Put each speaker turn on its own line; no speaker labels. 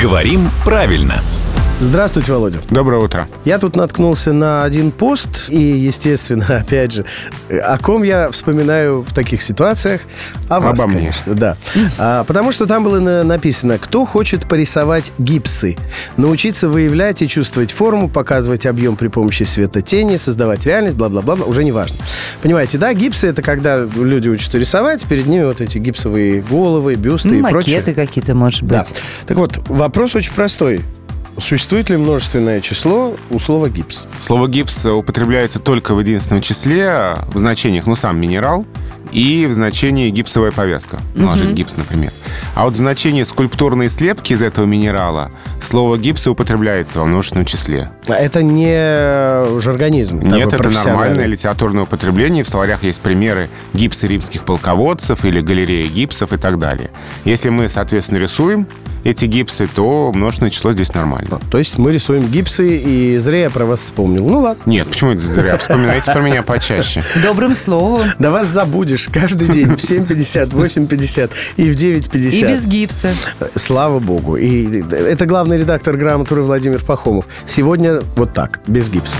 Говорим правильно.
Здравствуйте, Володя.
Доброе утро.
Я тут наткнулся на один пост, и, естественно, опять же, о ком я вспоминаю в таких ситуациях? О вас,
Обо мне.
конечно, да. А, потому что там было на- написано, кто хочет порисовать гипсы, научиться выявлять и чувствовать форму, показывать объем при помощи света тени, создавать реальность, бла-бла-бла, уже не важно. Понимаете, да, гипсы это когда люди учатся рисовать, перед ними вот эти гипсовые головы, бюсты
Ну,
и прочее.
макеты какие-то, может
Да.
быть.
Так вот, вопрос очень простой. Существует ли множественное число у слова гипс?
Слово гипс употребляется только в единственном числе в значениях, ну, сам минерал, и в значении гипсовая повязка, наложить гипс, например. А вот в значении скульптурные слепки из этого минерала слово гипсы употребляется во множественном числе.
А Это не э, жаргонизм. такой
Нет, это
профессиональный.
нормальное литературное употребление. В словарях есть примеры гипса римских полководцев или галерея гипсов и так далее. Если мы, соответственно, рисуем эти гипсы, то множественное число здесь нормально.
То есть мы рисуем гипсы, и зря я про вас вспомнил. Ну ладно.
Нет, почему это зря? Вспоминайте про меня почаще.
Добрым словом.
Да вас забудешь каждый день в 7.50, 8.50 и в 9.50.
И без гипса.
Слава богу. И это главный редактор грамотуры Владимир Пахомов. Сегодня вот так, без гипса.